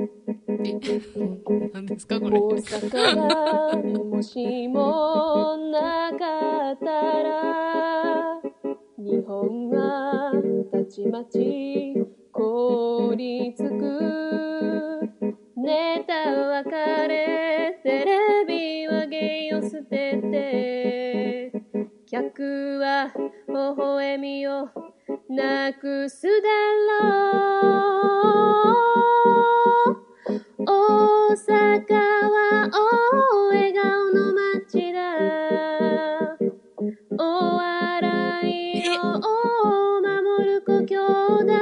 え、何ですかこ大れ。阪がもしもなかったら日本はたちまち凍りつくネタ別れテレビは芸を捨てて客は微笑みをなくすだろう大阪は大笑顔の街だお笑いを守る故郷だ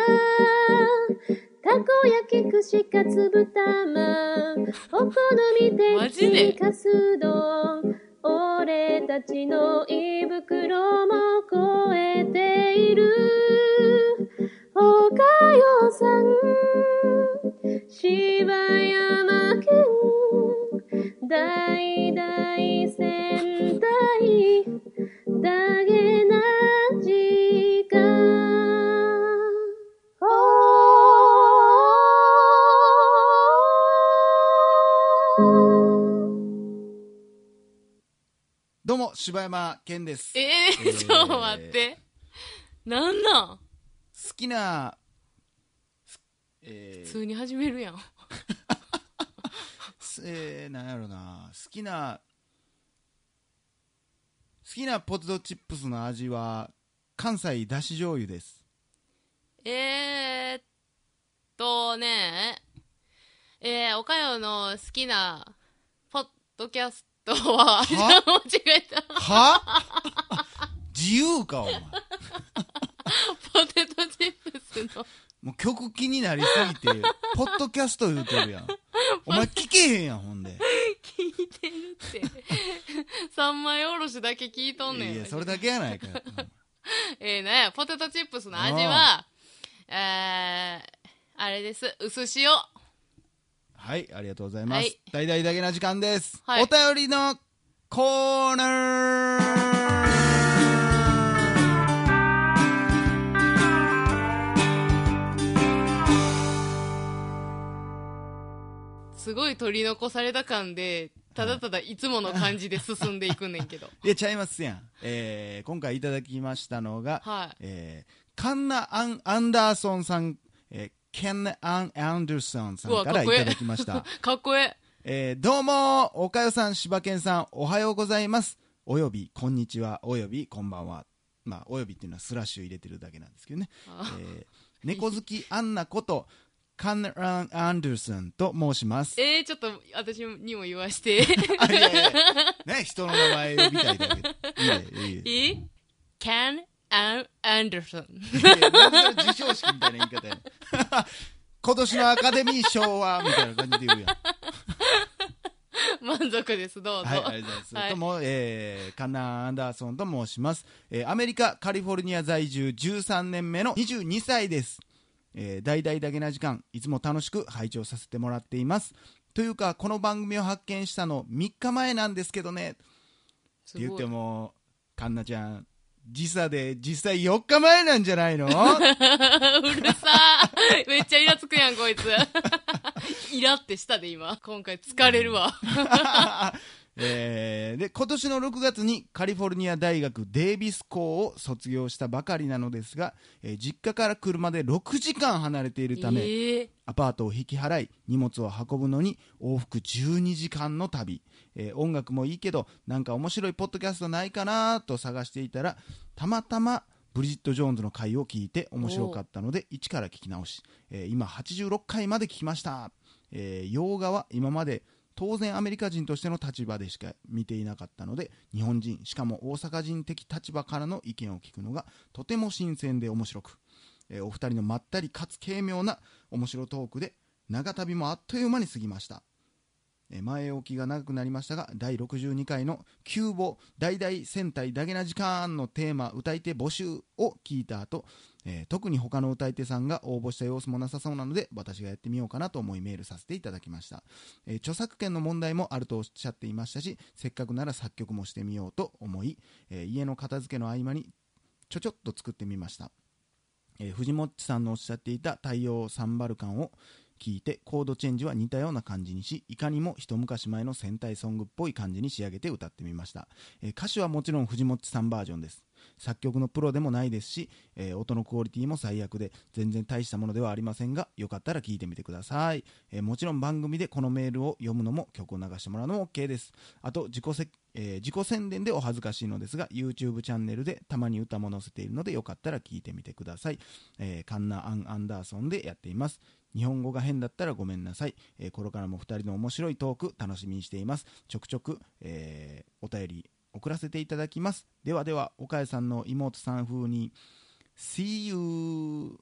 たこ焼き串カツ豚まんお好みマでジできカス丼俺たちの胃袋も超えているおかよさん芝山県大大仙台だげな時間啊どうも、柴山健です。え好ー、ちょっと待って。なんなんきな、え普ー通に始めるやん。すえー、なんやろな、好きな、好きなポテトチップスの味は、関西だし醤油です。えーっとね、えー、おかよの好きなポッドキャストは、間は違えた。は 自由か、お前。ポテトチップスの。もう曲気になりすぎて、ポッドキャスト言うてるやん。お前聞けへんやん、ほんで。 聞いてるって。三枚おろしだけ聞いとんねん。いや、それだけやないかよ。ええね、ポテトチップスの味は、えー、あれです。薄塩。はい、ありがとうございます。はい大々だけな時間です。はいお便りのコ ーナーすごい取り残された感で、ただただいつもの感じで進んでいくねんけど。いや、ちゃいますやん。えー、今回いただきましたのが、はいえー、カンナ・アン・アンダーソンさん、えー、ケンナ・アン・アンダーソンさんからいただき ました。かっこええーどうもおかよさん、しばけんさん、おはようございます。および、こんにちは、および、こんばんは。まあ、およびっていうのはスラッシュ入れてるだけなんですけどね。えあー猫好きアンナこと、カンラン・アンドゥーソンと申します。え。えー、ちょっと私にも言わ して。あいやいやね、人の名前みたいだけど。いやいやいやえ ?Can Ann Anderson。 いやなんでそれ授賞式みたいな言い方やねん 今年のアカデミー賞は、みたいな感じで言うやん。満足です、どうぞ。はい、ありがとうございます。はいどうも、えー、カンナ・アンダーソンと申します。えーアメリカ・カリフォルニア在住13年目の22歳です。えー、大々だけな時間、いつも楽しく拝聴させてもらっています。というか、この番組を発見したの3日前なんですけどね、ってす言っごてい。 も、カンナちゃん、時差で実際4日前なんじゃないのいうるさ ーめっちゃイラつくやん、こいつ。 イラってしたで、今。今回疲れるわ。 えーで今年の6月にカリフォルニア大学デイビス校を卒業したばかりなのですが、えー実家から車で6時間離れているため、ええアパートを引き払い荷物を運ぶのに往復12時間の旅、えー音楽もいいけどなんか面白いポッドキャストないかなと探していたらたまたまブリジット・ジョーンズの回を聞いて面白かったので一から聞き直し、えー今86回まで聞きました、えー洋画は今まで当然アメリカ人としての立場でしか見ていなかったので日本人しかも大阪人的立場からの意見を聞くのがとても新鮮で面白くえーお二人のまったりかつ軽妙な面白トークで長旅もあっという間に過ぎました、えー前置きが長くなりましたが第62回の「キューボ大々戦隊ダゲな時間」のテーマ「歌い手募集」を聞いた後、えー特に他の歌い手さんが応募した様子もなさそうなので私がやってみようかなと思いメールさせていただきました、えー著作権の問題もあるとおっしゃっていましたしせっかくなら作曲もしてみようと思い、えー家の片付けの合間にちょちょっと作ってみましたえー藤本さんのおっしゃっていた太陽サンバルカンを聞いてコードチェンジは似たような感じにしいかにも一昔前の戦隊ソングっぽい感じに仕上げて歌ってみました、えー歌詞はもちろん藤本さんバージョンです作曲のプロでもないですし、えー音のクオリティも最悪で全然大したものではありませんがよかったら聞いてみてください、えーもちろん番組でこのメールを読むのも曲を流してもらうのも OK ですあと自己せ、えー自己宣伝でお恥ずかしいのですが YouTube チャンネルでたまに歌も載せているのでよかったら聞いてみてください、えーカンナ・アン・アンダーソンでやっています日本語が変だったらごめんなさい、えーこれからも2人の面白いトーク楽しみにしていますちょくちょく、えーお便り送らせていただきますではでは岡谷さんの妹さん風に「See you」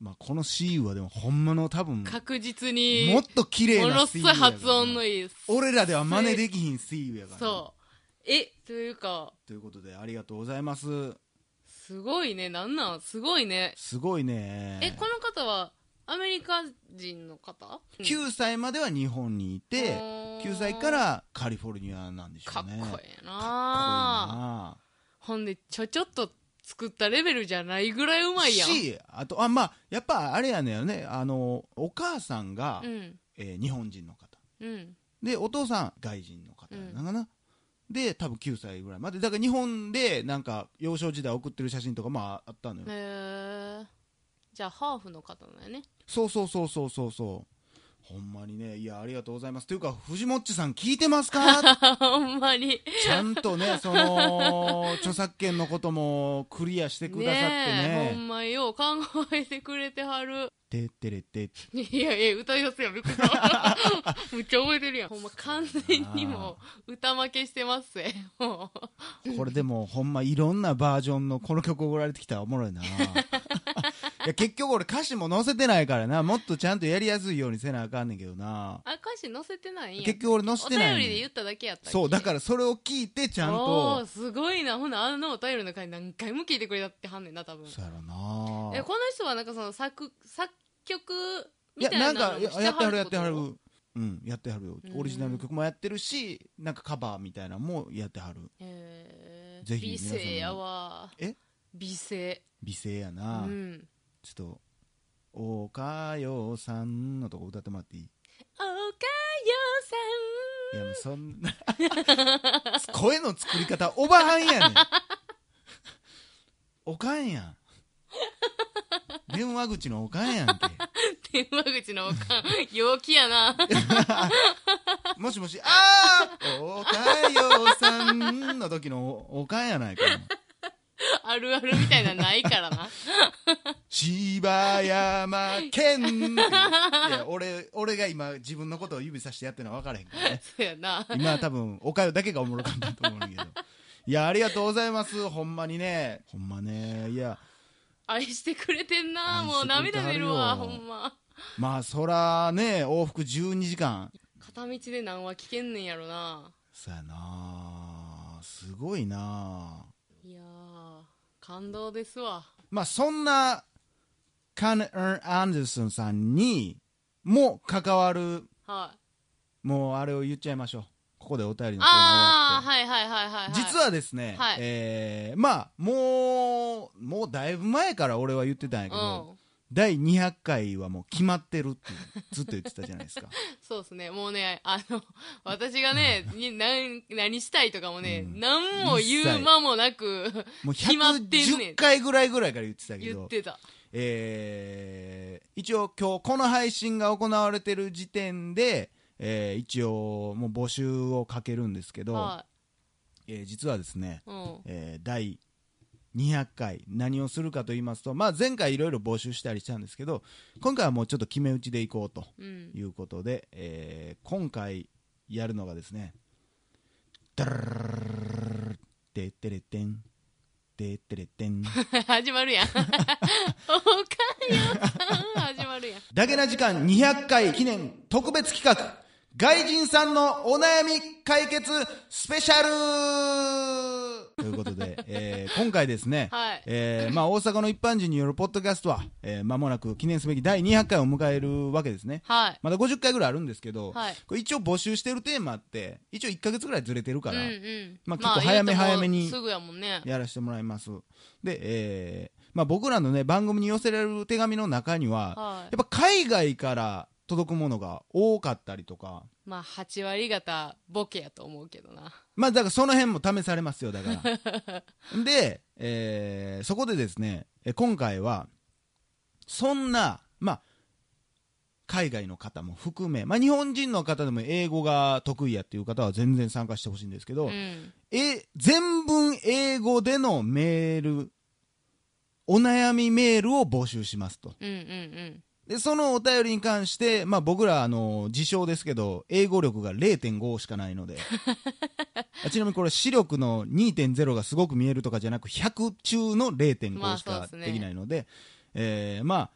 まあこの「See you」はでもほんまの多分も確実にっと綺麗もなのす See ご you いやからな発音のいい俺らでは真似できひん「See you」やからなそうえというかということでありがとうございますすごいねなんなんすごいねすごいねえこの方はアメリカ人の方9歳までは日本にいてうん9歳からカリフォルニアなんでしょかうっねこいええかっこいいななほんでちょちょっと作ったレベルじゃないぐらいうまいやんしあとあまあやっぱあれやねんよねあのお母さんが、うんえー日本人の方うんでお父さん外人の方やなかな、で多分9歳ぐらいまでだから日本でなんか幼少時代送ってる写真とかまああったのよ、へえじゃあハーフの方だよね そうそうそうそうそうそうほんまにねいやありがとうございますというか藤もっちさん聞いてます かほんまにちゃんとねその著作権のこともクリアしてくださってねえほねんまよう考えてくれてはるてってれっていやいや歌いやすいやんびっくりした むっちゃ覚えてるやんほんま完全にもう歌負けしてますぜもうこれでもほんまいろんなバージョンのこの曲送られてきたらおもろ いないや結局俺歌詞も載せてないからなもっとちゃんとやりやすいようにせなあかんねんけどなあ歌詞載せてないんや結局俺載せおてない便ねんりで言っただけやったっけそうだからそれを聞いてちゃんおーとすごいなほなあのお便りの回何回も聞いてくれたってはんねんな多分そうやろなえこの人はなんかその作作曲いみやたないんなかのもやしてやってはるやことってはるうんやってはるようんオリジナルの曲もやってるしなんかカバーみたいなのもやってはるへーぜひ美皆さんも声やわえ美声美声やうな、んちょっと「おかよさん」のとこ歌っても らっていいおかよさいやもうそんな 声の作り方おばはんやねんおかんやん電話口のおかんやんけん電話口のおかん陽気やなもしもしあーおかよさんの時のおおかんやないかあるあるみたいなのないからな芝山県いや俺俺が今自分のことを指さしてやってるのは分からへんからねそうやな今は多分おかよだけがおもろかったと思うんだけどいやありがとうございますほんまにねほんまねいや愛してくれてんな愛もうしてくれて涙は出るるよわほんままあそらね往復12時間片道で何話聞けんねんやろなそやなすごいないやー感動ですわまあそんなカネ・アンデルソンさんにも関わるはいもうあれを言っちゃいましょうここでお便りのコーあナーあ終わってはいはいはいはい、はい、実はですね、はいえーまあもうもうだいぶ前から俺は言ってたんやけど、うん第200回はもう決まってるっていうずっと言ってたじゃない ですかそうですねもうねあの 私がねに何何したいとかもね、うん何も言う間もなくもう決まってんねん110回ぐらいぐらいから言ってたけど言ってたえー一応今日この配信が行われてる時点で、えー一応もう募集をかけるんですけど、はえー実はですね、い、うん、えー第200回何をするかと言いますと、まあ、前回いろいろ募集したりしたんですけど今回はもうちょっと決め打ちでいこうとうん いうことで、えー今回やるのがですね「ダラララララララテテレテンテテレテン」始まる やんおかよさん始まるやんダゲな時間200回記念特別企画、外人さんのお悩み解決スペシャルということで、え ー今回ですね、はいえーまあ、大阪の一般人によるポッドキャストは、えー間もなく記念すべき第200回を迎えるわけですね。はいまだ50回ぐらいあるんですけど、はいこれ一応募集してるテーマって、一応1ヶ月ぐらいずれてるから、うんうんまあ結構早言うめても早めにすぐやもんねやらせてもらいます。で、えーまあ、僕らのね番組に寄せられる手紙の中にははやっぱ海外から届くものが多かったりとかい、まあ8割方ボケやと思うけどなまあだからその辺も試されますよだから で、えーそこでですねえ今回はそんなまあ海外の方も含め、まあ、日本人の方でも英語が得意やっていう方は全然参加してほしいんですけど、うんえ全文英語でのメールお悩みメールを募集しますとうんうんうんでそのお便りに関して、まあ、僕らあの自称ですけど英語力が0.5しかな いのであちなみにこれ視力の2.0がすごく見えるとかじゃなく100中のま0.5あしそうかっすねできないので、えーまあ、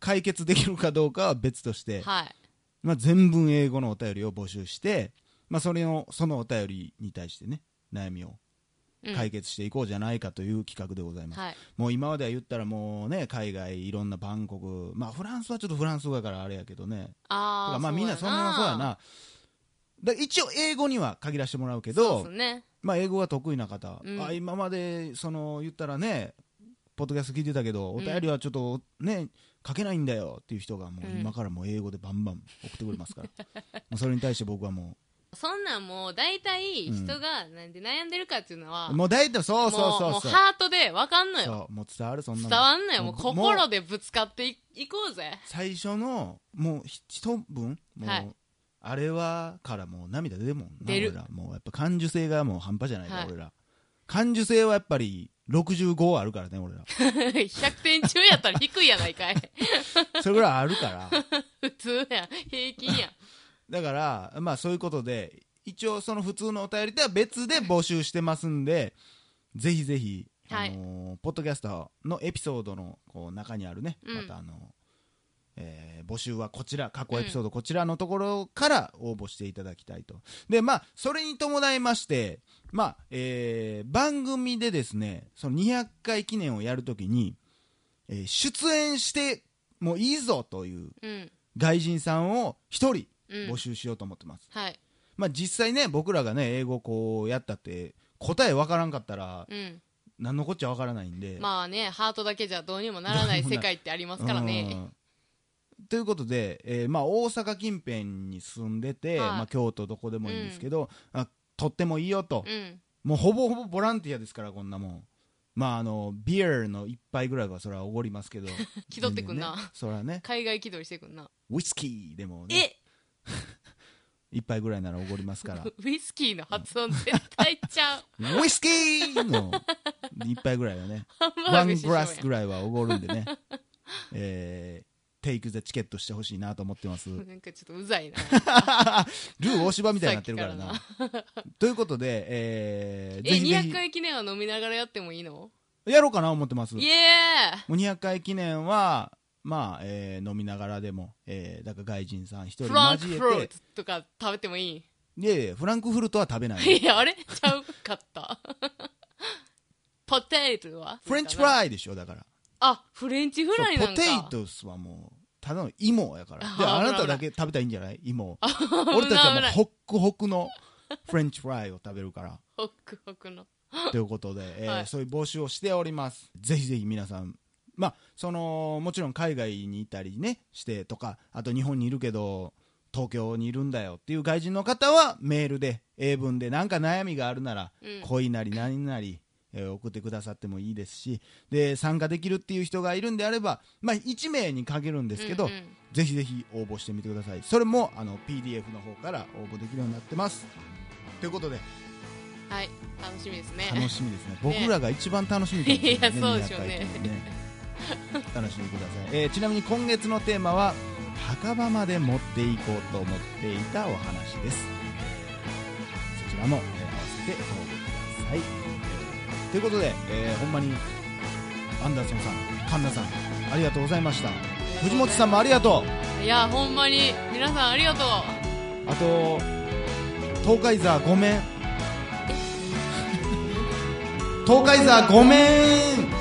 解決できるかどうかは別として、はいまあ、全文英語のお便りを募集して、まあ、それのそのお便りに対してね悩みをうん解決していこうじゃないかという企画でございます、はいもう今までは言ったらもうね海外いろんなバンコクまあフランスはちょっとフランス語だからあれやけどねてあかあまあみんなそんなそうやなだから一応英語には限らせてもらうけそうっどす、ねまあ、英語が得意な方、うんあ今までその言ったらねポッドキャスト聞いてたけどお便りはちょっとね、書けないんだよっていう人がもううん今からもう英語でバンバン送ってくれますから もうそれに対して僕はもそんなんもう大体人がなんで悩んでるかっていうのは、うもう大体そうそうもそうもそううハートで分かんのよそうもう伝わるそんなの伝わんのよもうもう心でぶつかっていいこうぜ 最初のもうひ一文もう、はいあれはからもう涙出るもんな出る俺らもうやっぱ感受性がもう半端じゃないか、はい俺ら感受性はやっぱり65あるからね俺ら100点中やったら低いやないかい それぐらいあるから普通やん平均やんだからまあそういうことで一応その普通のお便りとは別で募集してますんでぜひぜひ、はいあのーポッドキャストのエピソードのこう中にあるね、うんまたあのーえー募集はこちら過去エピソードこちらのところから応募していただきたいと、でまあそれに伴いましてまあえー番組でですねその200回記念をやるときに、えー出演してもいいぞといううん外人さんを1人うん募集しようと思ってます、はいまあ実際ね僕らがね英語こうやったって答えわからんかったらうん何のこっちゃわからないんでまあねハートだけじゃどうにもならない世界ってありますからねうんということで、えーまあ、大阪近辺に住んでて、はいまあ、京都どこでもいいんですけど、あとってもいいよとう、んもうほぼほぼボランティアですからこんなもんまああのビールの一杯ぐらいはそれはおごりますけど 気取ってくんな全然ねそれはね海外気取りしてくんなウイスキーでもねえ一杯ぐらいならおごりますからウイスキーの発音絶対ちゃうウイスキーの一杯ぐらいはね、ハンバワーグンしグラスそぐらいはおごるんでね、 えー、テイク・ザ・チケットしてほしいなと思ってます。うやんなんかちょっとうざい なルー大芝みたいになってるからな さ。ということで、えー、えぜひぜ200回記念は飲みながらやってもいいのひやろうかな思ってます。もイエう200回記念は、まあ、えー飲みながらでも、えー、だから外人さん一ーイ人フランク交フえルーて、ツとか食べてもい いいやいや、フランクフルトは食べな い。いや、あれちゃうかった。 ポテトはフレンチフイライでしょ、だから。あ、フレンチフライそなうんかポテイトスはもうただの芋やからあでーあ危ないなただけ食べたいんじゃない芋をない 俺たちはも危うないホックホクのフレンチフライを食べる からホクホクの。ということで、えーはいそういう募集をしておりますぜひぜひ皆さんまあそのもちろん海外にいたりねしてとかあと日本にいるけど東京にいるんだよっていう外人の方はメールで英文でなんか悩みがあるなら、うん恋なり何なり、えー送ってくださってもいいですしで参加できるっていう人がいるんであれば、まあ、1名に限るんですけど、うんうんぜひぜひ応募してみてくださいそれもあの PDF の方から応募できるようになってますということではい、楽しみですね。楽しみですね僕らが一番楽しみかもしれないねいやそうでしょうね200回というね楽しみください、えーちなみに今月のテーマは墓場まで持っていこうと思っていたお話ですそちらも、えー合わせてご応募ください、えーということで、えーほんまにアンダーソンさん神田さんありがとうございました藤本さんもありがとういや、ほんまに、皆さんありがとう。あと東海座 ごめん東海座ごめん